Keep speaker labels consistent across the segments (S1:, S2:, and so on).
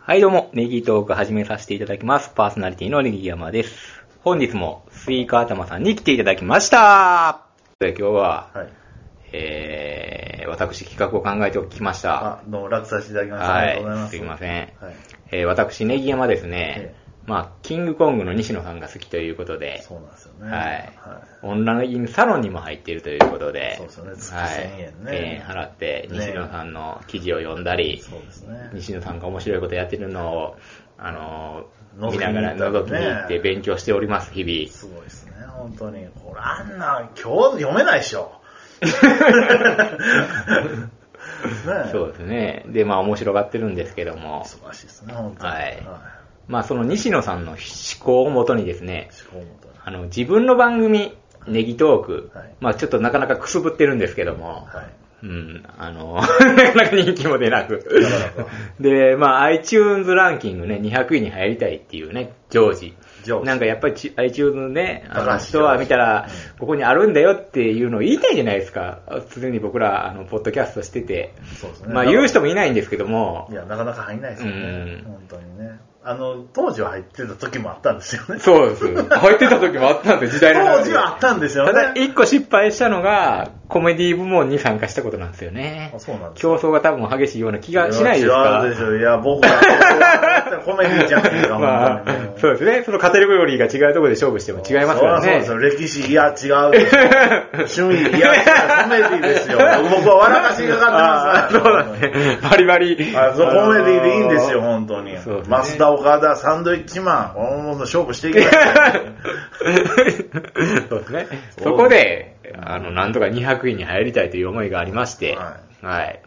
S1: はい、どうも、ネギトーク始めさせていただきます。パーソナリティのネギ山です。本日もスイカ頭さんに来ていただきましたで今日は、
S2: はい。
S1: えー、私企画を考えておきました。
S2: あ、どうも、落させていただきました。ありがとうござい
S1: は
S2: ま
S1: い、
S2: す。
S1: すいません。
S2: はい。
S1: えー、私、ネギ山ですね
S2: え、
S1: まあ、キングコングの西野さんが好きということで、
S2: そうなんですよね。
S1: はい
S2: は。
S1: オンラインサロンにも入っているということで、
S2: そうですよね月1000円
S1: はい、
S2: ね
S1: 1000円払って、
S2: ね
S1: 西野さんの記事を読んだり、
S2: い。そうですね。
S1: 西野さんが面白いことやってるのを、あのー、
S2: 覗き
S1: 見
S2: に行
S1: な
S2: った
S1: がら覗きに行って
S2: ね
S1: 勉強しております、日
S2: すごいですね、本当に。ほら、あんな、今日読めないでしょ。ね
S1: 々。そうですね。で、まあ面白がってるんですけども、
S2: 素晴らしいですね、本当に。
S1: はいまあその西野さんの思考をもとにですね、
S2: 思考元に。
S1: あの、自分の番組、ネギトーク、
S2: はい
S1: まあちょっとなかなかくすぶってるんですけども、
S2: は
S1: う
S2: い。
S1: ん、あの、 なかなか人気も出なく。で、まあ iTunes ランキングね、200位に入りたいっていうね、常時。
S2: 常時
S1: なんかやっぱりち iTunes のね、あ
S2: 高
S1: の
S2: 橋
S1: 人は見たら
S2: う、
S1: ここにあるんだよっていうのを言いたいじゃないですか。常に僕ら、あの、ポッドキャストしてて。
S2: そうですね。
S1: まあ言う人もいないんですけども
S2: い、や、なかなか入んないですよね、
S1: うん
S2: 本当にね。あの、当時は入ってた時もあったんですよね。
S1: そうです。入ってた時もあったんで、時代の流れで。
S2: 当時はあったんですよ
S1: ただ、
S2: ね。
S1: 一個失敗したのが、コメディ部門に参加したことなんですよね
S2: あ。そうなんです
S1: 競争が多分激しいような気がしないですか
S2: や違うでしょ。いや、僕は、コメディじゃない か、
S1: ま
S2: 本当にも
S1: あ、そうですね。そのカテゴリーが違うところで勝負しても違いますからね。
S2: そりゃそうですよ。歴史、いや、違うでしょ。趣味、いや、違う。コメディですよ。僕は笑かしにかかってますから。
S1: あーそうだね。バリバリ。
S2: あそうコメディでいいんですよ、
S1: あのー。
S2: 本当に。
S1: そうですね
S2: マスダ、岡田、サンドイッチマン、この勝負していけばいい
S1: そうですね。そこで、あの、なんとか200位に入りたいという思いがありまして、
S2: は
S1: はい。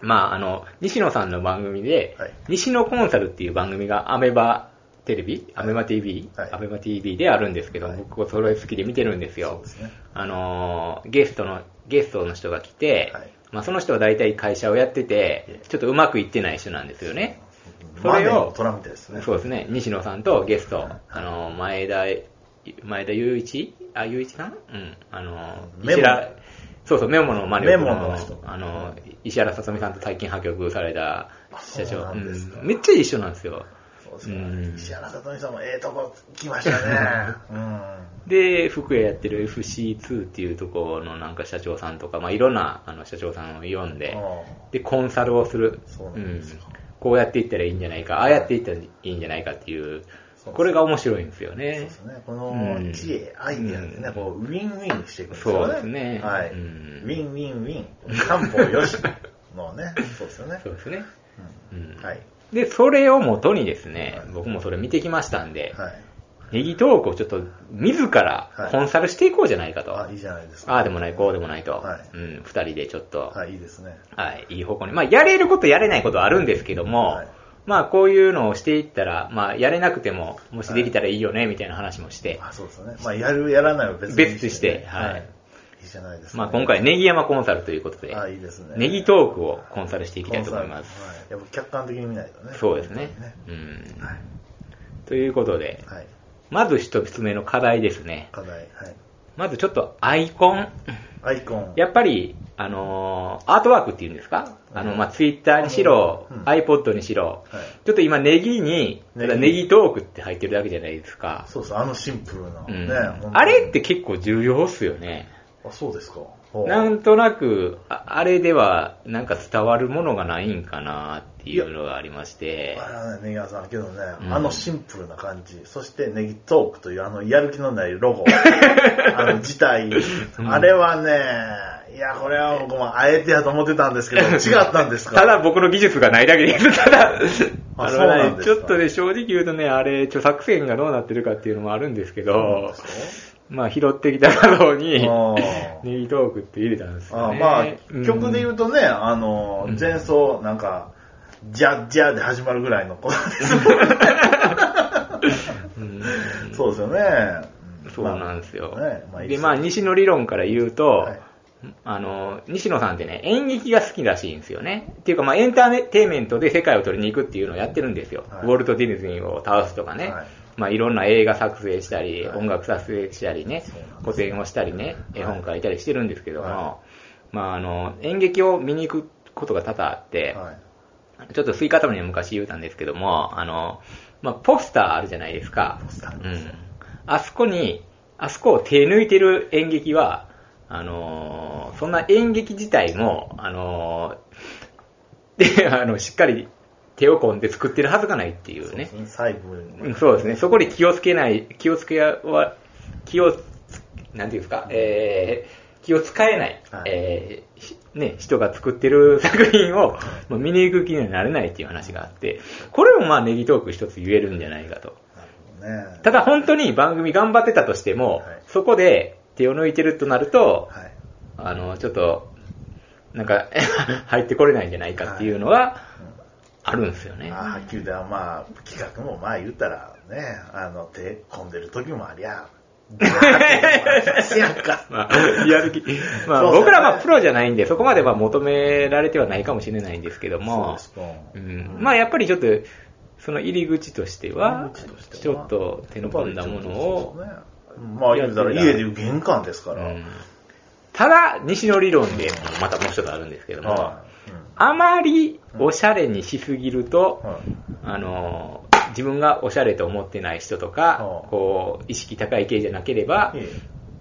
S1: まあ、あの、西野さんの番組で、
S2: はい
S1: 西野コンサルっていう番組がアメバテレビアメバ TV?、
S2: はい
S1: アメバ TV であるんですけど、
S2: はい
S1: 僕それ好きで見てるんですよ。
S2: そうですね。
S1: あのーゲストの、ゲストの人が来て、
S2: はい
S1: まあ、その人は大体会社をやって
S2: え
S1: て
S2: え、
S1: ちょっとうまくいってない人なんですよね。そ
S2: マネ
S1: れ
S2: ーの
S1: を、
S2: トランプですね。
S1: そうですね、西野さんとゲスト
S2: い、
S1: あのー前田、前田雄一あ、雄一さんうん。あのー
S2: メモ
S1: 石原、そうそう、メモのマネを
S2: メモの人
S1: あのー石原さとみさんと最近破局された社
S2: そう
S1: 長。
S2: なんですか
S1: うんめっちゃ一緒なんですよ。
S2: そうですね
S1: うん
S2: 石原さとみさんもええとこ来ました ね。うん。
S1: で、福屋やってる FC2 っていうところのなんか社長さんとか、まあ、いろんなあの社長さんを読んで、で、コンサルをする。
S2: そうなんですよ
S1: うんこうやっていったらいいんじゃないか、ああやっていったらいいんじゃないかっていう、
S2: そう
S1: これが面白いんですよ
S2: そう
S1: ね
S2: で。すね。この知恵、アイデアでね、こう、ウィンウィンにしていくんですよね。
S1: そうですね
S2: はい。ウ
S1: うん
S2: ィンウィンウィン。三方よしのね、そうですよね。
S1: そうですね。うん
S2: うんはい。
S1: で、それをもとにですね
S2: はい、
S1: 僕もそれ見てきましたんで、
S2: はい。
S1: ネギトークをちょっと自らコンサルしていこうじゃないかと。
S2: あ、いいじゃないですか。
S1: ああでもない、こうでもないと。
S2: はい
S1: うん、二人でちょっと、
S2: はい、いいですね。
S1: はい、いい方向に。まあ、やれることやれないことはあるんですけども、
S2: はい
S1: まあ、こういうのをしていったら、まあ、やれなくても、もしできたらいいよね、みたいな話もして、
S2: あ、そうですね。まあ、やる、やらないは別にね。
S1: 別にしてはい
S2: いいじゃないですか。
S1: まあ、今回、ネギ山コンサルということで、
S2: あ、いいですね。
S1: ネギ
S2: ー
S1: トークをコンサルしていきたいと思います。
S2: す。やっぱ客観的に見ないとね。
S1: そうですね。うん。ということで、
S2: はい。
S1: まず一つ目の課題ですね。
S2: 課題。はい。
S1: まずちょっとアイコン。
S2: アイコン。
S1: やっぱり、あのーアートワークっていうんですかあの、まあ、ツイッターにしろ、
S2: うん
S1: iPod にしろ、
S2: はい
S1: ちょっと今ネギに、た
S2: ネギ
S1: だネギトークって入ってるだけじゃないですか。
S2: そうそう、あのシンプルな。
S1: うん
S2: ね本当に
S1: あれって結構重要っすよね。
S2: あ、そうですか。ほう
S1: なんとなく、ああれではなんか伝わるものがないんかなっていうのがありまして。
S2: あれはね、ネギワさん、けどね、
S1: うん
S2: あのシンプルな感じ、そしてネギトークというあのやる気のない ロゴ、あの自体、あれはね、いや、これは僕もあえてやと思ってたんですけ ど、違ったんですか
S1: ただ僕の技術がないだけです。ただ、
S2: あ
S1: あ
S2: そうな
S1: の
S2: ん
S1: ね、
S2: です
S1: ち
S2: か
S1: ょっとね、正直言うとね、あれ、著作権がどうなってるかっていうのもあるんですけど、まあ拾ってきた画像に、
S2: あー
S1: ネギトークって入れたんですよ
S2: あ
S1: ね。
S2: まあ、曲で言
S1: う
S2: うとね、あの
S1: うん、
S2: 前奏、なんか、ジャッジャーで始まるぐらいのことですもんね
S1: ん
S2: そうですよね。
S1: そうなんですよ。
S2: まあねまあいい
S1: で、
S2: です
S1: まあ、西野理論から言うと、
S2: はい
S1: あの、西野さんってね、演劇が好きらしいんですよね。っていうか、まあ、エンターテインメントで世界を取りに行くっていうのをやってるんですよ。
S2: はい
S1: ウォルト・ディズニーを倒すとかね。
S2: はい
S1: まあ、いろんな映画作成したり、
S2: はい
S1: 音楽作成したりね
S2: そうなんです、
S1: 古典をしたりね、絵本書いたりしてるんですけども、
S2: は
S1: まあ、あの、演劇を見に行くことが多々あって、
S2: はい
S1: ちょっとスイカ頭には昔言うたんですけども、あの、まあ、ポスターあるじゃないですか。
S2: ポスターあり
S1: う
S2: ます
S1: ん。あそこに、あそこを手抜いてる演劇は、あのーそんな演劇自体も、あの ーで、あの、しっかり手を込んで作ってるはずがないっていうね。
S2: そうですね細部
S1: う
S2: に
S1: んそうですね、そこで気をつけない、気をつけは、気をつ、なんていうんですか、えー、気を使えない、
S2: はい
S1: えーしね、人が作ってる 作品を、まあ見に行く気にはなれないっていう話があって、これもまあネギトーク一つ言えるんじゃないかと。
S2: なるほどね。
S1: ただ本当に番組頑張ってたとしても、
S2: はい
S1: そこで手を抜いてるとなると、
S2: はい。
S1: あの、ちょっと、なんか、 入ってこれないんじゃないかっていうのは、あるんですよね。
S2: まあ、はっきり言うて、まあ、企画もまあ言ったらね、あの、手込んでる時もあ りゃ、ブワーってこともありますやんか。
S1: まあ、やる気。まあ、
S2: そうそう
S1: 僕らはまあプロじゃないんで、そこまでは求められてはないかもしれないんですけど
S2: そう
S1: も
S2: で、すポン
S1: うん、まあ、やっぱりちょっと、その入り口としては
S2: 入り口として、は
S1: ちょっと手の込んだものを、
S2: そうですねまあ言うたら家でいう玄関ですか
S1: う
S2: ら。
S1: ん、ただ、西の理論で、またもう一つあるんですけども
S2: は、
S1: あまりおしゃれにしすぎると
S2: い。、はい
S1: あの、自分がおしゃれと思ってない人とか
S2: う、ん
S1: こう、意識高い系じゃなければ、
S2: いえ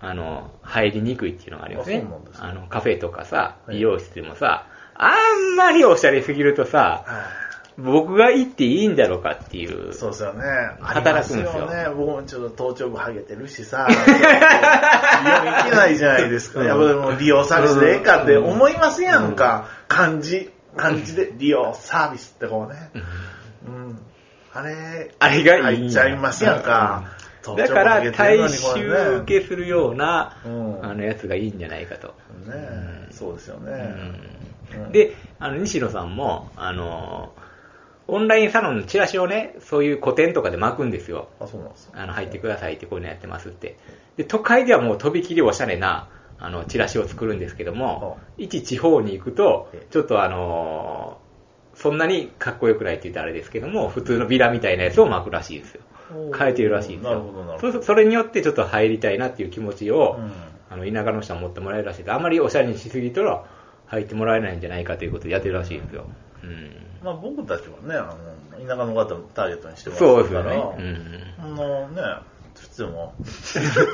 S1: あの、入りにくいっていうのがあります
S2: あ
S1: ね
S2: そうなんで。すね
S1: あの、カフェとかさ、
S2: はい
S1: 美容室でもさ、あんまりおしゃれすぎるとさ、
S2: は
S1: 僕が行っていいんだろうかっていう
S2: い。。そうですよね。
S1: 働くんですよ
S2: ありまね。僕もちょっと頭頂部ハゲてるしさ、ちょっと美容院行けないじゃないです
S1: う
S2: か。
S1: ん
S2: いや、でも利用サービスでええかって思いますやんか。漢字、漢字で利用サービスってこうね。うん。あれ、
S1: あれがいいんや
S2: 入っちゃいますやんか。頭
S1: だ
S2: 頂部
S1: か
S2: ハ
S1: ら、
S2: ゲてるの
S1: 大
S2: にこれ
S1: 衆
S2: ね
S1: 受けするような、
S2: うん
S1: あの、やつがいいんじゃないかと。
S2: ねそうですよね。
S1: うんで、あの、西野さんも、あの、オンラインサロンのチラシをね、そういう個展とかで巻くんですよ。
S2: あ、そうなんですか。
S1: あの、入ってくださいってこういうのやってますって。で、都会ではもうとびきりおしゃれな、あの、チラシを作るんですけども、一地方に行くと
S2: ええ、
S1: ちょっとあのーそんなにかっこよくないって言ったらあれですけども、普通のビラみたいなやつを巻くらしいですよ。
S2: おー
S1: 変えてるらしいんですよ。
S2: なるほどなるほど
S1: そうそれによってちょっと入りたいなっていう気持ちを、
S2: うん
S1: あの、田舎の人は持ってもらえるらしいです。あんまりおしゃれにしすぎたら、入ってもらえないんじゃないかということでやってるらしいんですよ。うん。
S2: まあ僕たちはね、あの、田舎の方をターゲットにしてますから。
S1: そうですよね。うん。
S2: あのね、普通も。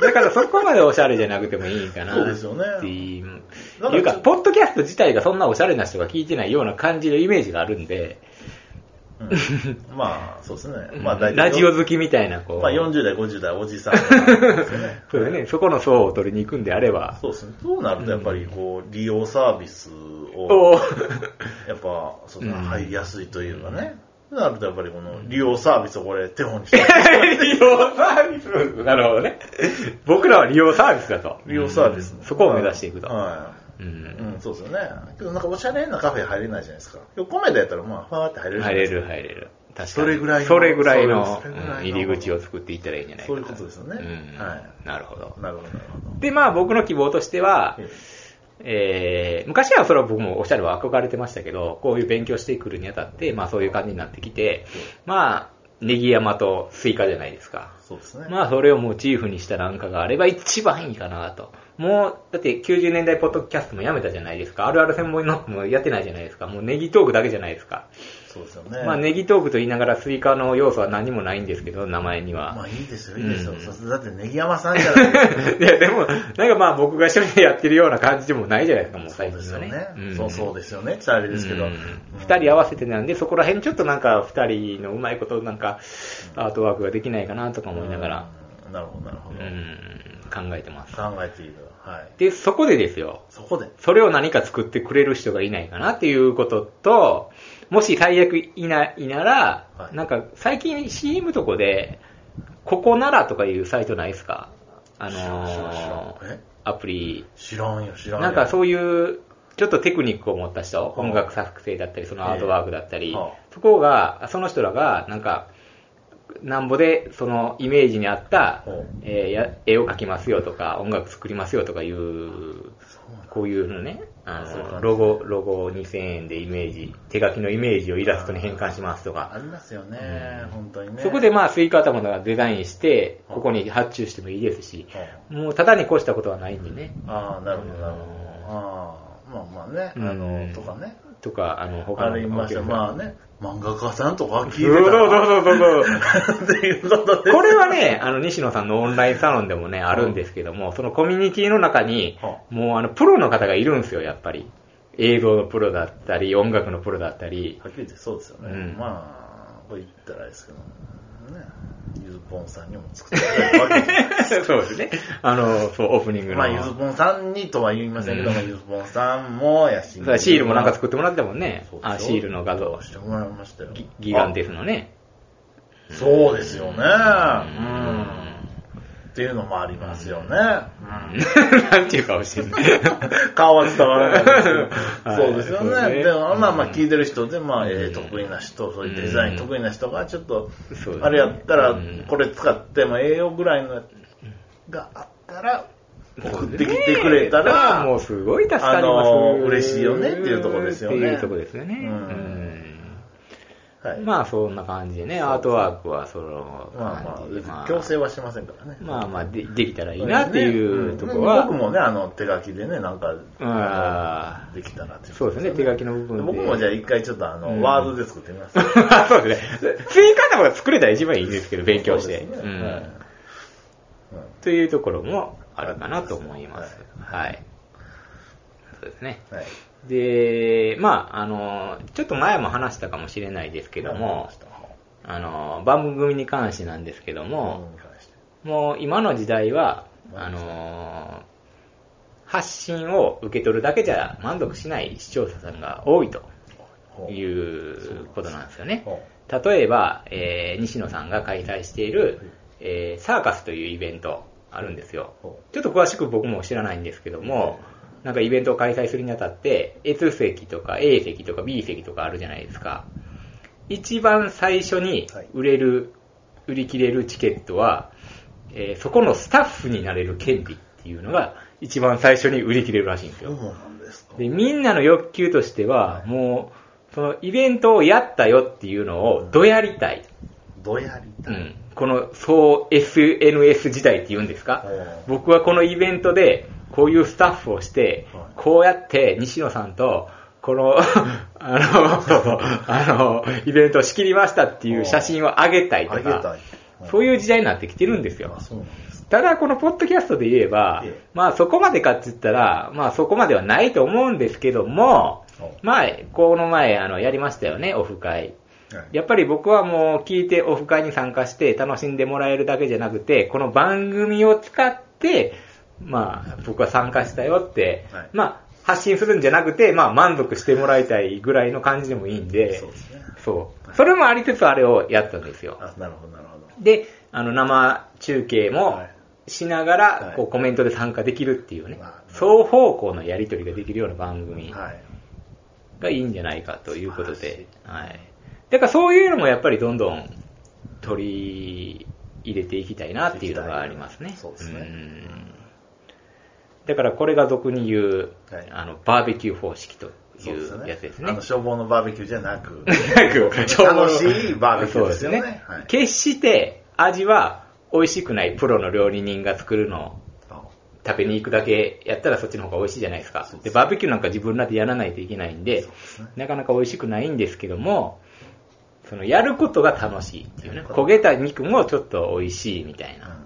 S1: だからそこまでおしゃれじゃなくてもいいかな。
S2: そうですよね
S1: っていう。
S2: なん
S1: いう
S2: か
S1: か、
S2: ちょ
S1: ポッドキャスト自体がそんなおしゃれな人が聞いてないような感じのイメージがあるんで、
S2: うん、まあ、そうですね。まあ大体。
S1: ラジオ好きみたいな、こう。
S2: まあ40代、50代、お じさんですよね
S1: そうだね、そこの層を取りに行くんであれば、
S2: そうですね。そうなるとやっぱりこう、利用サービスを、
S1: お
S2: やっぱ、そうですね
S1: うん
S2: 入りやすいというかね。そうなるとやっぱりこの、利用サービスをこれ手本にして、
S1: 利用サービスなるほどね。僕らは利用サービスだと。
S2: 利用サービス
S1: うんそこを目指していくと。
S2: は
S1: う。
S2: い。うんん、そうですよね。けどなんかおしゃれなカフェ入れないじゃないですか。横目でやったらまあ、ファーって入れるじゃ
S1: 入
S2: ない
S1: れ
S2: ですか
S1: る、入れる。確かに。
S2: それぐらいの
S1: それぐらいの
S2: それぐらいの
S1: うん入り口を作っていったらいいんじゃないかな
S2: そういうことですよね
S1: うん
S2: は
S1: なるほど。
S2: なるほど、なるほど。
S1: で、まあ僕の希望としては
S2: え、
S1: えー昔はそれは僕もおしゃれは憧れてましたけど、こういう勉強してくるにあたって、まあそういう感じになってきて、まあ、ネギ山とスイカじゃないですか。
S2: そうですね。
S1: まあそれをモチーフにしたなんかがあれば一番いいかなと。もう、だって90年代ポッドキャストもやめたじゃないですか。あるある専門のもやってないじゃないですか。もうネギトークだけじゃないですか。
S2: そうですよね。
S1: まあネギトークと言いながらスイカの要素は何もないんですけど、名前には。
S2: まあいいですよ、いいですよ。
S1: うん
S2: さすだってネギ山さんじゃないですか。
S1: いや、でも、なんかまあ僕が一人でやってるような感じでもないじゃないですか、もう 最
S2: そうです
S1: 近
S2: よ
S1: は
S2: ね
S1: ね。。
S2: そうそう
S1: で
S2: ですよね。って言ったらあれですけど。
S1: 二人合わせてなんで、そこら辺ちょっとなんか二人のうまいことなんか、アートワークができないかなとか思いながら、
S2: うん。なるほど、なるほ
S1: う
S2: ど。
S1: ん、考えてます。
S2: 考えている。はい。
S1: で、そこでですよ、
S2: そこで。
S1: それを何か作ってくれる人がいないかなっていうことと、もし最悪いないなら、
S2: はい
S1: なんか最近 CM とこで、ここならとかいうサイトないですかあ
S2: 知らん知らん知
S1: の
S2: らん
S1: ー
S2: え、
S1: アプリ
S2: 知らんよ、知らんよ。
S1: なんかそういう、ちょっとテクニックを持った人、
S2: うん
S1: 音楽作成だったり、そのアートワークだったり、
S2: ええはあ
S1: そこが、その人らが、なんか、なんぼで、そのイメージに合った
S2: うん、
S1: えーや絵を描きますよとか、音楽作りますよとかいう、
S2: そうなんだ
S1: こういうのね、あ
S2: そうなんで
S1: の、
S2: す
S1: ロゴ、ロゴを2000円でイメージ、手書きのイメージをイラストに変換しますと
S2: あ
S1: か、
S2: りますよね、本当にね。
S1: そこでまあ、スイカ頭がデザインして、
S2: うん
S1: ここに発注してもいいですし、
S2: はい。
S1: もうただに越したことはないんでね。
S2: ああ、なるほど、なるほど。ああ、まあまあね、あ
S1: うん
S2: の、とかね。
S1: とか、あの、他
S2: あ
S1: の。
S2: りました。まあ
S1: あ、
S2: ね、漫画家さんとか聞いて
S1: そうそうそうそうそう。
S2: たら。 っていうことで。
S1: これはね、あの、西野さんのオンラインサロンでもね、あるんですけども、そのコミュニティの中に
S2: は、
S1: もうあの、プロの方がいるんですよ、やっぱり。映像のプロだったり、音楽のプロだった り。
S2: はっきり言ってそうですよね。
S1: うん
S2: まあ、これ言ったらあれですけど、ね、ゆずぽんさんにも作っていただいたわけで
S1: そうですね。あの、そう、オープニング
S2: す。
S1: の。
S2: まあ、ゆずぽんさんにとは言いませんけども、ゆずぽんさんもやし
S1: そ、うシールもなんか作ってもらってたもんね
S2: そう。でしょ
S1: あ、シールの画像。
S2: してもらいましたよ。
S1: ギギガンテスの ね。
S2: あそうですよね。うんん。っていうのもありますよね。うん。
S1: なんていう顔してん の
S2: 顔は伝わらないですけど
S1: はい
S2: そうですよ
S1: そう
S2: ね。
S1: ね
S2: でも、まあまあ
S1: うん
S2: 聞いてる人で、まあ、
S1: う
S2: え
S1: ん
S2: ー得意な人、そういうデザイン得意な人が、ちょっと
S1: そうです、ね
S2: あれやったら
S1: うん、
S2: これ使っても栄養ぐらいのがあったら、送ってきてくれたら、
S1: もうすごい助かります。
S2: あの嬉しいよねっていうとこですよね
S1: っていうとこですよね。
S2: うんはい。
S1: うん
S2: ま
S1: まあそんな感じでね、アートワークはその
S2: あまあ
S1: 感じで、
S2: 別に強制はしませんからね。
S1: まあまあでできたらいいなっていうとこ
S2: ね
S1: は、
S2: 僕もね、あの、手書きでね、なんか、
S1: あ
S2: できたらってい
S1: そうですね、手書きの部分で。
S2: 僕もじゃあ一回ちょっとあの、
S1: うん
S2: ワードで作ってみます。
S1: あ そうですね。追加とか作れたら一番いいんですけど、勉強して。
S2: そうです
S1: う
S2: ね
S1: ん
S2: はい
S1: というところもあるかなと思います。はい。そうですね。
S2: はい。
S1: で、まあ、あの、ちょっと前も話したかもしれないですけども、あの、番組に関してなんですけども、もう今の時代は、あの、発信を受け取るだけじゃ満足しない視聴者さんが多いとい
S2: うん
S1: うことなんですよね。
S2: ほ
S1: 例えば、えー西野さんが開催している、えーサーカスというイベントあるんですよ。
S2: ほ
S1: ちょっと詳しく僕も知らないんですけども、なんかイベントを開催するにあたって、S 席とか A 席とか B 席とかあるじゃないですか。一番最初に売れる、売り切れるチケットは、えーそこのスタッフになれる権利っていうのが、一番最初に売り切れるらしいんです
S2: う
S1: よ。
S2: そうなんですか。
S1: で、みんなの欲求としては、もう、そのイベントをやったよっていうのをどやりたい。
S2: どやり
S1: う
S2: たい。
S1: ん。この、そう SNS 時代って言うんですか
S2: ほう
S1: 僕はこのイベントで、こういうスタッフをして
S2: はい、
S1: こうやって西野さんと、この、 あ の、そうそうあの、イベントを仕切りましたっていう写真を上げたいと
S2: あげた
S1: か
S2: い、。
S1: そう
S2: い
S1: いう時代になってきてるんですよ
S2: あ、。そうなんです
S1: ただ、このポッドキャストで言えば
S2: ええ、
S1: まあそこまでかって言ったら、まあそこまではないと思うんですけども、まあ、この前、あの、やりましたよね、オフ会。
S2: か。はい
S1: やっぱり僕はもう聞いてオフ会に参加して楽しんでもらえるだけじゃなくて、この番組を使って、まあ、僕は参加したよって、
S2: はい
S1: まあ、発信するんじゃなくて、まあ、満足してもらいたいぐらいの感じでもいいんで、
S2: そうですね。
S1: そう。それもありつつあれをやったんですよ。
S2: あ、なるほど、なるほど。
S1: で、あの、生中継も
S2: はい
S1: しながら
S2: は、い
S1: こう、コメントで参加できるっていうね
S2: まあ、
S1: 双方向のやりとりができるような番組。
S2: はい。
S1: がいいんじゃないかということ
S2: 素晴
S1: で、はい。だからそういうのもやっぱりどんどん取り入れていきたいなっていうのがありますね。
S2: そうですね
S1: んだからこれが俗に言う、
S2: はい
S1: あの、バーベキュー方式とい
S2: そうです
S1: うやつですね。
S2: あの、消防のバーベキューじゃなく、
S1: 楽
S2: 楽しいバーベキューですよねはい
S1: 決して味は美味しくないプロの料理人が作るのを
S2: あ
S1: 食べに行くだけやったらそっちの方が美味しいじゃないですか
S2: そう。で
S1: ですバーベキューなんか自分らでやらないといけないんで、
S2: そうですね
S1: なかなか美味しくないんですけども、そのやることが楽しいっていうね
S2: や。ること
S1: 焦げた肉もちょっと美味しいみたいな。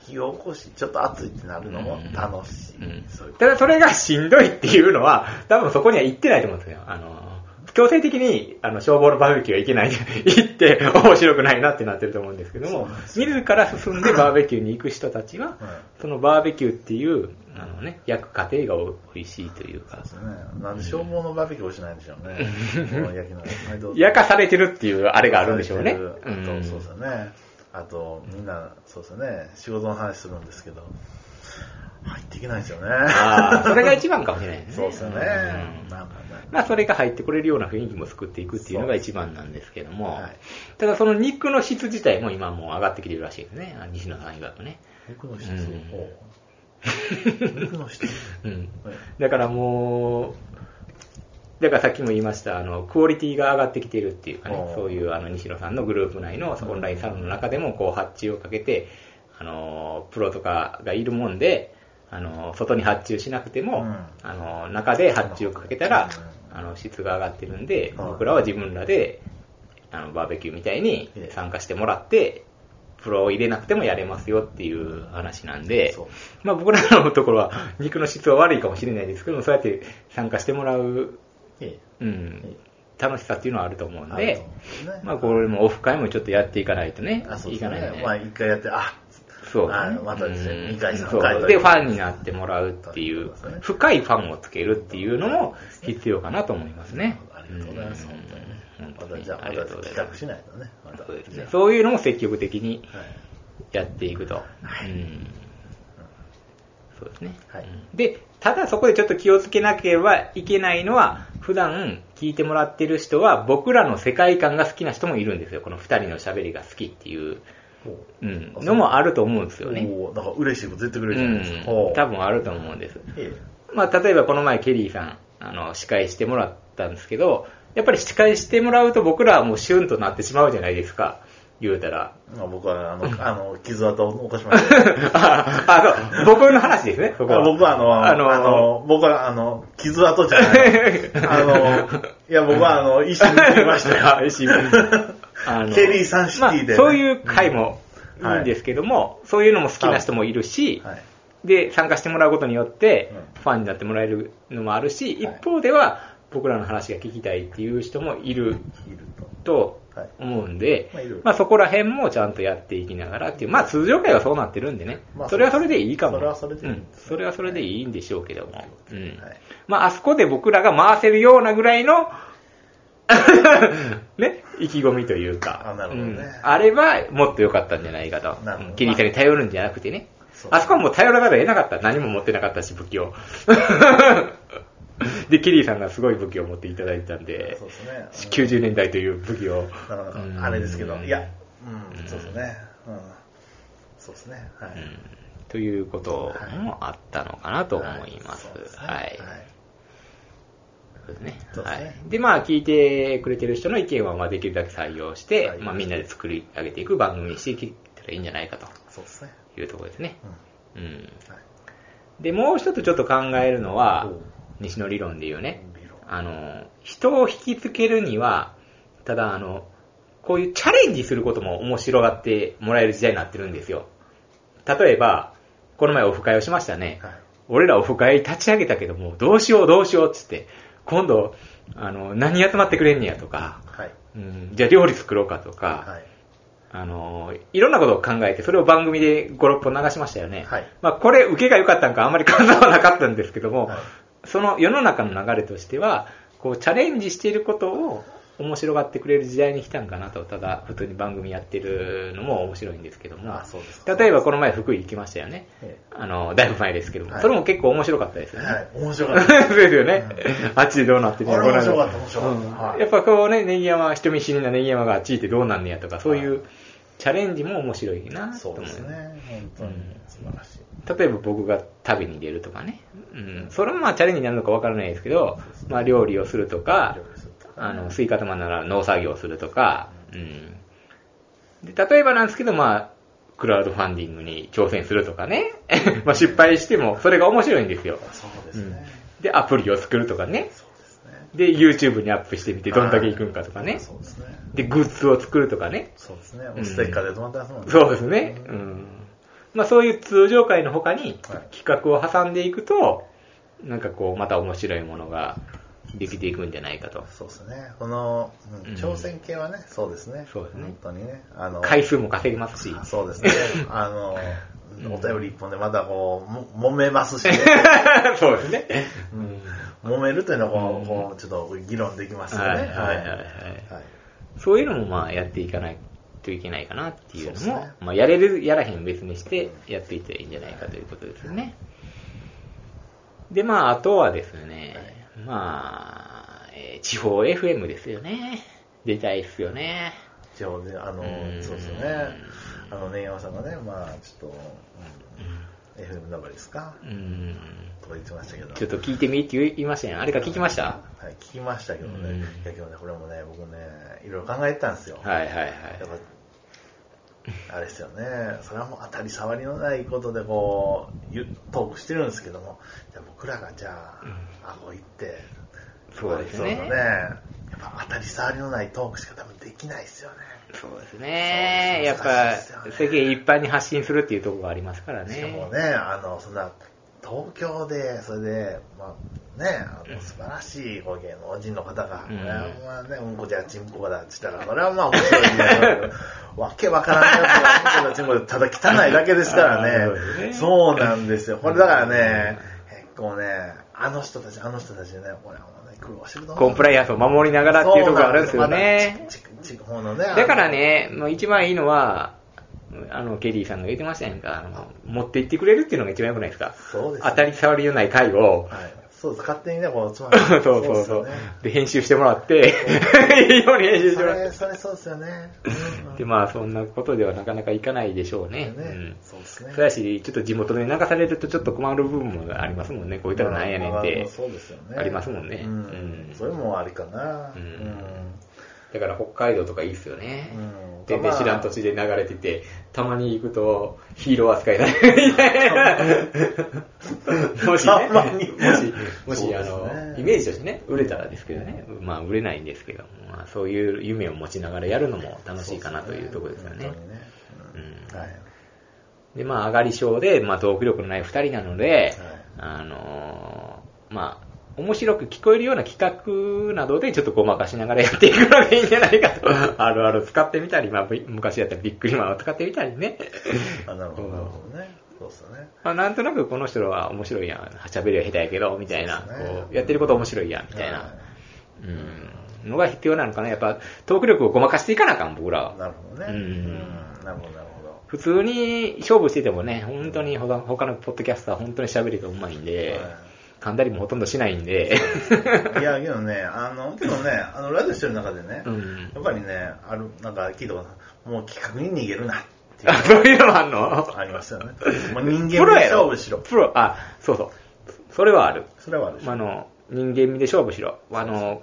S2: 火起こし、ちょっと暑いってなるのも楽し
S1: う
S2: い
S1: ん。
S2: そういう
S1: ただそれがしんどいっていうのは、多分そこには行ってないと思うんですよ。あの、強制的にあの消防のバーベキューは行けない、 行って面白くないなってなってると思うんですけども、自ら進んでバーベキューに行く人たちは、そのバーベキューっていう、あのね、焼く過程が美味しいというか、
S2: そうですね。なんで消防のバーベキューをしないんでしょうね。もう焼きの。はいどうぞ
S1: 焼かされてるっていうあれがあるんでしょうね。
S2: あと、そうですよね。あと、みんな、そうですよね。仕事の話するんですけど、入っていけないんですよね。
S1: ああ、それが一番かもしれないですね。
S2: そうですよね。
S1: うん
S2: なんかね。
S1: まあ、それが入ってこれるような雰囲気も作っていくっていうのが一番なんですけども、
S2: はい
S1: ただその肉の質自体も今もう上がってきてるらしいですね、あ西野さん曰くね。
S2: 肉の質
S1: うん
S2: ほう肉の質
S1: うん。
S2: はい
S1: だからもう、だからさっきも言いました、あの、クオリティが上がってきてるっていうか
S2: あ
S1: ね
S2: ー、
S1: そういうあの、西野さんのグループ内のオンラインサロンの中でも、こう、発注をかけて、あの、プロとかがいるもんで、あの、外に発注しなくても、
S2: うん
S1: あの、中で発注をかけたら、
S2: うん
S1: あの質が上がってるんで、
S2: はい
S1: 僕らは自分らであのバーベキューみたいに
S2: ええ
S1: 参加してもらって、プロを入れなくてもやれますよっていう話なんで
S2: そう、
S1: まあ、僕らのところは肉の質は悪いかもしれないですけども、そうやって参加してもらう、
S2: え
S1: う
S2: え
S1: ん、楽しさっていうのはあると思うん
S2: あると
S1: で
S2: 思うんですね、
S1: まあ、これもオフ会もちょっとやっていかないとね、
S2: あ、そう
S1: い
S2: です
S1: かないよ
S2: ね。
S1: ね
S2: まあ、一回やって、あ、
S1: そうだね、
S2: あまたですね
S1: うん
S2: 二回三
S1: そう
S2: 回という
S1: で、ファンになってもらうってい
S2: という
S1: う
S2: ことですね、
S1: 深いファンをつけるっていうのも必要かなと思いますね。
S2: ありがとうございます、本当にね。
S1: うん
S2: またじゃあ、
S1: あ
S2: ま
S1: りが
S2: た
S1: とうござい
S2: 企
S1: ます
S2: 画しないとね。また。
S1: そうですね
S2: じゃ
S1: そういうのも積極的に
S2: あはい
S1: やっていくと。
S2: はい
S1: うんそうですね、
S2: はい
S1: うんで、ただそこでちょっと気をつけなければいけないのは、普段聞いてもらってる人は、僕らの世界観が好きな人もいるんですよ。この二人の喋りが好きっていう、
S2: ほ
S1: うん、のもあると思うんですよね。
S2: おーなんか嬉しいこと言ってくれるじゃないですか。
S1: うん、多
S2: 分。
S1: 分あると思うんです。
S2: え
S1: まあ、例えばこの前ケリーさん、あの、司会してもらったんですけど、やっぱり司会してもらうと僕らはもうシュンとなってしまうじゃないですか、言うたら。
S2: えまあ僕は、あの、 あの、傷跡を残しました。
S1: あ、あそう、僕の話ですね、そこは。
S2: あ僕はあの、
S1: あ
S2: あ
S1: の
S2: の、僕はあの、傷跡じゃ ない。あの、いや、僕はあの、一緒に行きましたよ。
S1: あ石井文治あの
S2: ケリーさんシティで
S1: ま
S2: ね
S1: あ、そういう回もいいんですけども、そういうのも好きな人もいるし、
S2: はい。
S1: で、参加してもらうことによって
S2: うん、
S1: ファンになってもらえるのもあるし、
S2: はい
S1: 一方では、僕らの話が聞きたいっていう人もいる
S2: いると。
S1: と
S2: はい
S1: 思うんで、
S2: まあいろいろ
S1: まあ、そこら辺もちゃんとやっていきながらっていう、まあ、通常会はそうなってるんでね、
S2: まあ
S1: それはそれでいいかも。
S2: それはそれでいい
S1: うんそれはそれでいいんでしょうけども。うん
S2: はい
S1: まあ、あそこで僕らが回せるようなぐらいの、 ね、意気込みというか、
S2: あなるほどね
S1: うんあればもっと良かったんじゃないかと
S2: なるほど。
S1: キリさんに頼るんじゃなくてね
S2: そ。う
S1: あそこはもう頼らざるを得なかった。何も持ってなかったし、武 器を。で、キリーさんがすごい武器を持っていただいたんで、
S2: そうですね。
S1: 90年代という武器を
S2: なかな。
S1: うん
S2: かあれですけど、いや、う
S1: うん
S2: ん、そうですね。うん。そうですね。は
S1: う
S2: い。
S1: んということもあったのかなと思います
S2: は。そうですね
S1: はい。
S2: はい
S1: そうですね。
S2: そうで
S1: は
S2: すね
S1: い。で、まあ、聞いてくれてる人の意見は、まあ、できるだけ採用して、
S2: はい
S1: まあ、みんなで作り上げていく番組にしていけたらいいんじゃないかと
S2: そうですね。
S1: いうところですね。
S2: うん。
S1: うん。
S2: はい。
S1: で、もう一つちょっと考えるのは
S2: おう、
S1: 西野理論で言うね、
S2: 理論
S1: あの、人を引きつけるには、ただ、あの、こういうチャレンジすることも面白がってもらえる時代になってるんですよ。例えば、この前オフ会をしましたね。
S2: はい
S1: 俺らオフ会立ち上げたけども、どうしようどうしようっつって、今度、あの、何集まってくれんねやとか、
S2: はい。
S1: うん、じゃあ料理作ろうかとか、
S2: はい。
S1: あの、いろんなことを考えて、それを番組で5、6本流しましたよね。
S2: はい
S1: まあ、これ、受けが良かったんか、あんまり感想はなかったんですけども、
S2: はい
S1: その世の中の流れとしては、こう、チャレンジしていることを面白がってくれる時代に来たんかなと、ただ、普通に番組やってるのも面白いんですけども、
S2: あそうですか
S1: 例えばこの前、福井行きましたよね。
S2: え
S1: あの、だいぶ前ですけども、
S2: はい
S1: それも結構面白かったです
S2: え
S1: よね。
S2: はい。面 白
S1: そ
S2: かった。
S1: うですよね。あっちでどうなってるの
S2: あれ面白かった
S1: この間
S2: 面白かった
S1: うん
S2: はい
S1: やっぱこうね、ネギ山、人見知りなネギ山があっち行ってどうなんねやとか、そういうチャレンジも面白いなと
S2: そう
S1: 思う。
S2: ですね。本当に素晴らしい。
S1: 例えば僕が旅に出るとかね。うん。それもまあチャレンジになるのかわからないですけど、まあ料理をするとか
S2: 料、理すると
S1: あの、スイカ玉なら農作業をするとか、うん。で、例えばなんですけど、まあ、クラウドファンディングに挑戦するとかね。 まあ失敗しても、それが面白いんですよ。
S2: そうですね。
S1: で、アプリを作るとかね。
S2: そうです
S1: で、
S2: ね。
S1: YouTube にアップしてみて、どんだけいくんかとかね。
S2: そうですね。
S1: で、グッズを作るとかね。
S2: そうですね。
S1: うん
S2: ステッカーで止まってますもんね。
S1: そうですね。うん。まあ、そういう通常会の他に
S2: はい
S1: 企画を挟んでいくと、なんかこう、また面白いものができていくんじゃないかと。
S2: そうですね。この、うん
S1: うん
S2: 挑戦系はね、そうですね。
S1: そうですね
S2: 本当にね。あの、
S1: 回数も稼ぎ ますし。
S2: あそうですね。あの、
S1: うん
S2: お便り一本でまたこう、も揉めます しね、
S1: そうですね。
S2: うん揉めるというのはこ
S1: うん
S2: う、こうちょっと議論できますよね。
S1: はいはいはいはい
S2: はい
S1: そういうのもまあやっていかないといけないかなっていうの
S2: そう
S1: も、
S2: ですね
S1: まあやれる、やらへん別にしてやっていったらいいんじゃないかということですよね。で、まああとはですね、まあ、えー地方 FM ですよね。出たいっすよね。
S2: 地方で、あの
S1: うん、
S2: そうですよね。あの、ね、山さんがね、まあ、ちょっと、うん、FM だからですか
S1: うん。
S2: とか言ってましたけど。
S1: ちょっと聞いてみって言いましたよ。あれか聞きました
S2: はい、聞きましたけどね、
S1: うん
S2: いやけどね、これもね、僕ね、いろいろ考えてたんですよ。
S1: はいはいはい。
S2: やっぱ、あれですよね、それはもう当たり障りのないことでこう、ゆトークしてるんですけども、じゃあ僕らがじゃあ、あこ行って、
S1: そうですね
S2: そうだね。やっぱ当たり障りのないトークしか多分できないですよね。
S1: そうですね。
S2: そ
S1: や
S2: う
S1: っ
S2: です
S1: ぱ、世
S2: 難しいですよね
S1: 間一般に発信するっていうところがありますからね。
S2: しかもね、あの、そんな、東京で、それで、まあ、ね、あの素晴らしいご芸能人の方が、
S1: うん
S2: これはまあね、うんこじゃちんこだって言ったら、それはまあ面白いね。わけわからないやつが、うんこじゃちんこで、ただ汚いだけですか
S1: な
S2: ら
S1: るほどね
S2: ね。そうなんですよ。これだからね、結構ね、あの人たち、あの人たちね、これはもうね、苦労してると思う。
S1: コンプライアンスを守りながらっていうところがあるんですよね。
S2: そうなんですよ。まだ地地地方のね、
S1: だからね、もう一番いいのは、あの、ケリーさんが言ってましたやんか、あの、持って行ってくれるっていうのが一番良くないですか。
S2: そうですね
S1: 当たり障りのない回を、
S2: はい。そうです。勝手にね、こう、つま
S1: そうそうそう。
S2: ですよね
S1: で、編集してもらって、 いいように編集して
S2: そ
S1: もらっ
S2: れ、それそうですよね。うんうん
S1: て。で、まあ、そんなことではなかなかいかないでしょうね。うん。
S2: そうですね。
S1: そやし、ちょっと地元で流されるとちょっと困る部分もありますもんね。こういったらなんやねんっ
S2: まあまあま
S1: て
S2: あ。そうですよね。
S1: ありますもんね
S2: う
S1: うん
S2: ん。それもありかな。
S1: う
S2: うんん。
S1: だから北海道とかいいっすよね。
S2: うん
S1: 全然知らん土地で流れてて、たまに行くとヒーロー扱いになるみたいな。 もし、ね、
S2: たまに
S1: もし、も
S2: そう
S1: し、
S2: で
S1: あ
S2: すね
S1: の、イメージとしてね、売れたらですけどね。まあ、売れないんですけど、まあ、そういう夢を持ちながらやるのも楽しいかなというところですよね
S2: 本当。にね。
S1: うん
S2: うんはい。
S1: で、まあ、上がり症で、まあ、トーク力のない二人なので、
S2: はい
S1: あのーまあ、面白く聞こえるような企画などで、ちょっとごまかしながらやっていくのがいいんじゃないかと。あるある使ってみたり、まあ、び昔やったビックリマンを使ってみたりね。
S2: あ、なるほど、なるほどね。そうですよね。
S1: まあ、なんとなくこの人は面白いやん。喋りは下手やけど、みたいな。
S2: そうですね
S1: こうやってること面白いやん、みたいな。
S2: は
S1: うん。のが必要なのかな。やっぱ、トーク力をごまかしていかなあかん、僕らは。
S2: なるほどね。
S1: うん
S2: んなるほど、なるほど。
S1: 普通に勝負しててもね、本当に他他のポッドキャスター本当に喋りがうまいんで、噛んだりもほとんどしないんで、
S2: はいいや、けどね、あの、けどね、あの、ラジオしてる中でね
S1: う、ん。
S2: やっぱりね、ある、なんか聞いたこともう企画に逃げるなっていう
S1: あ、 そういうのもあんの
S2: ありま すよね。もう人
S1: プ
S2: 間
S1: ロ
S2: で
S1: や
S2: 勝
S1: ろ
S2: 負しろ。
S1: プロ、あ、そうそう。それはある。
S2: それはあるでしょ
S1: あの、人間味で勝負しろ。あの、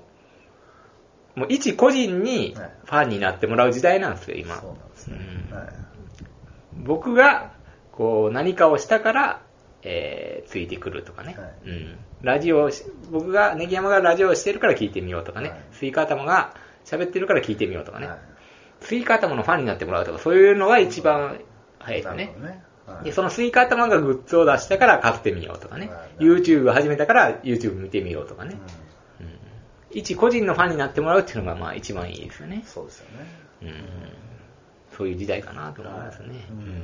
S1: もう一個人に
S2: はい
S1: ファンになってもらう時代なんですよ、今
S2: そう。なんですね。
S1: うん
S2: はい
S1: 僕が、こう、何かをしたから、えーついてくるとかね。
S2: は
S1: うん。ラジオをし、僕が、ネギ山がラジオをしてるから聞いてみようとかね。
S2: はい
S1: スイカ頭が喋ってるから聞いてみようとかね。
S2: はい
S1: スイカ頭のファンになってもらうとか、そういうのが一番早いです
S2: なる
S1: ね
S2: ほ。どね。はい
S1: で、そのスイカ頭がグッズを出したから買ってみようとかね
S2: はい。
S1: YouTube を始めたから YouTube 見てみようとか
S2: う
S1: ね
S2: ん。
S1: うん。一個人のファンになってもらうっていうのが、まあ一番いいですよね。
S2: そうですよね。
S1: うんそういう時代かなと思いますね。
S2: うん
S1: うん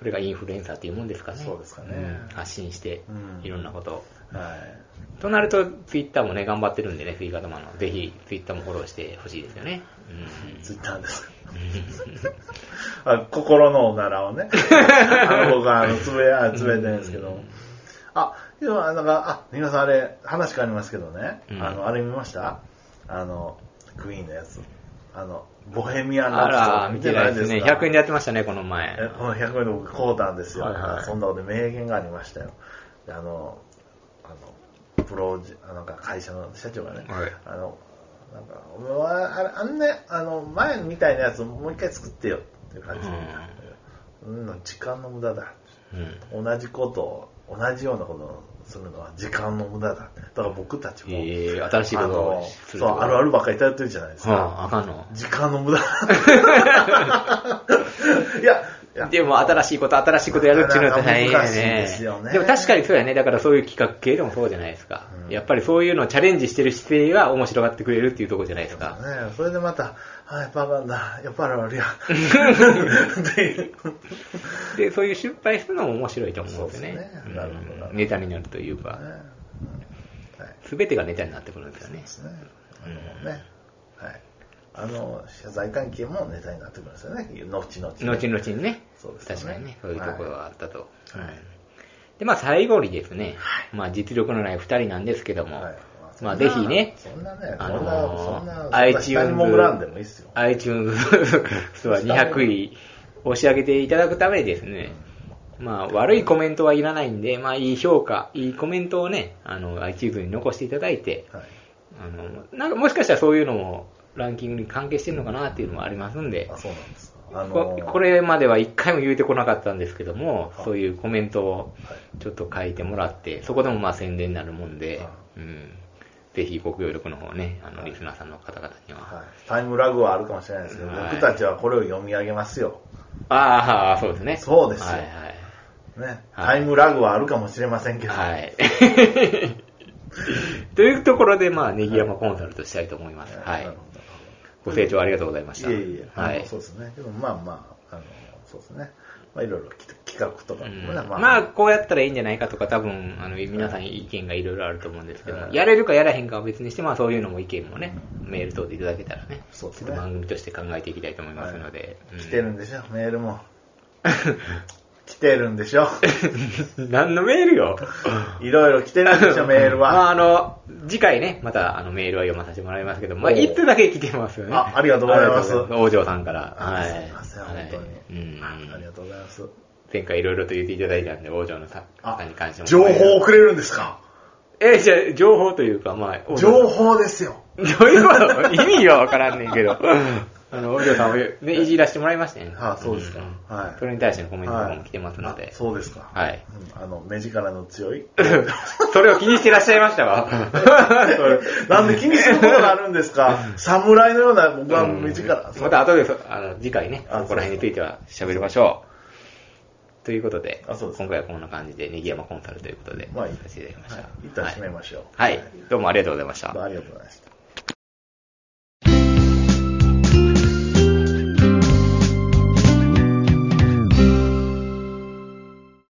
S1: それがインフルエンサーっていうもんですかね。
S2: そうですかね
S1: ん発信して
S2: うん、
S1: いろんなことを。
S2: はい。
S1: となると、ツイッターもね、頑張ってるんでね、ツイカタマンの。ぜひ、ツイッターもフォローしてほしいですよね。 うん
S2: ツイッターです。あ心のおならを ね。あの僕はあのつぶや、つぶやいてないんですけど。あ、でも、あなんか、あ、皆さんあれ、話変わりますけどね。
S1: うん
S2: あの、あれ見ましたあの、クイーンのやつ。あの、ボヘミアン・
S1: あ
S2: ラ
S1: ら、
S2: プ
S1: 見
S2: ソデ
S1: て
S2: ィ
S1: ないですね。
S2: 見てな
S1: 100円でやってましたね、この前。
S2: えこの100円で僕買うたんですよ、
S1: はいはい
S2: そんなことで名言がありましたよであのあのプロジあのなんか会社の社長がね、
S1: はい
S2: あのなんかお前はあれあんねあの前みたいなやつもう一回作ってよっていう感じで、うん、時間の無駄だ
S1: うん
S2: 同じことを同じようなことをするのは時間の無駄だだから僕たちも、
S1: えー新しいこ
S2: あ
S1: とを
S2: の
S1: する
S2: そうあるあるばっかり頼ってるじゃないですか、
S1: はあ、あかんの。
S2: 時間の無駄 いやいや
S1: でも新しいこと、新しいことやるっていうのは大変や
S2: なかなか難しい
S1: ね。
S2: ですよね
S1: でも確かにそうやね。だからそういう企画系でもそうじゃないですか。
S2: うん
S1: やっぱりそういうのをチャレンジしてる姿勢が面白がってくれるっていうところじゃないですか。
S2: ね、それでまた、あ、やっぱなんだ、やっぱり俺は、って
S1: で、そういう失敗するのも面白いと思うんですよね。
S2: そうですねなるほどなるほ
S1: う
S2: ど
S1: んネタになるというか、すべてがネタになってくるんですよね。
S2: ですね。あのね、はい。あの、謝罪関係もネタになってくるんですよね、後々。
S1: 後々にね。
S2: そうですよね
S1: 確かにね。そういうところはあったと。
S2: はい
S1: うんで、まあ最後にですね、まあ実力のない二人なんですけども、
S2: はい
S1: まあぜひね、
S2: そんなね、
S1: あ
S2: そ
S1: の
S2: ん
S1: ー
S2: な、そんな、
S1: iTunes
S2: 下にもぐらんでもいいっすよ。
S1: iTunes ストア200位押し上げていただくためにですね、まあ悪いコメントはいらないんで、まあいい評価、いいコメントをね、あの iTunes に残していただいて、
S2: はい。
S1: あの、なんかもしかしたらそういうのもランキングに関係してるのかなっていうのもありますんで
S2: あ、、そうなんです。あの
S1: こ
S2: ー
S1: こ、れまでは一回も言うてこなかったんですけども、
S2: はい
S1: そういうコメントを
S2: はい
S1: ちょっと書いてもらって、そこでもまあ宣伝になるもんで
S2: は、
S1: うん。ぜひご協力の方ね、あの、リスナーさんの方々には。
S2: はい、タイムラグはあるかもしれないですけど、
S1: はい
S2: 僕たちはこれを読み上げますよ。
S1: ああ、そうですね。
S2: そうですよ
S1: はい
S2: ね、
S1: はい
S2: タイムラグはあるかもしれませんけど、
S1: はい。 はい。というところで、まあ、ネギ山コンサルトしたいと思います。はい
S2: なる。
S1: ご
S2: ほど
S1: 清聴ありがとうございまし
S2: い
S1: た。
S2: えいえ、
S1: は
S2: あの
S1: い
S2: そ。うですね。でもまあまあ、あのそうですね。まあいろいろき企画とか
S1: うん
S2: もね、
S1: まあ、こうやったらいいんじゃないかとか、多分、あの、皆さん意見がいろいろあると思うんですけど
S2: は、い
S1: やれるかやらへんかは別にして、まあ、そういうのも意見もね、メール等でいただけたらね、ち
S2: そう
S1: ょっ
S2: です
S1: と
S2: ね
S1: 番組として考えていきたいと思いますので。うん
S2: 来てるんでしょ、メールも。来てるんでしょ。
S1: 何のメールよ。
S2: いろいろ来てるんでしょ、メール
S1: ま
S2: は。
S1: あ、あの、次回ね、またあのメールは読まさせてもらいますけど、まあ、
S2: おう
S1: 一通だけ来てますよね。
S2: あありがとうございます
S1: ありがとうございます王城さんから。はい。
S2: すいません、
S1: はい
S2: 本当に。
S1: うん
S2: ありがとうございます。
S1: 前回いろいろと言っていただいたんで、王城のさ方に関しても。
S2: 情報をくれるんですか
S1: え、じゃあ情報というか、まあ、王城
S2: 情報ですよ。
S1: どういうこと 意味がわからんねん けど。あの、王城さんをね、いじらせてもらいましたね。
S2: あそうですか
S1: ん
S2: はい
S1: それに対してのコメントとか
S2: は
S1: も
S2: い。
S1: 来てますので
S2: あ。そうですか。
S1: はい。
S2: うんあの、目力の 強い。
S1: それを気にしてらっしゃいました わ。
S2: なんで気にすることがあるんですか侍のような僕は目力。
S1: また後でそ、あの、次回ね、
S2: あ
S1: ここら辺については喋りましょう。ということで、
S2: あそうです
S1: 今回はこんな感じで、ネギ山コンサルということで、
S2: まあいい
S1: させていただきまし
S2: は
S1: た。
S2: い一旦締めましょう。
S1: はい。はいどうもありがとうございました。
S2: ありがとうございました。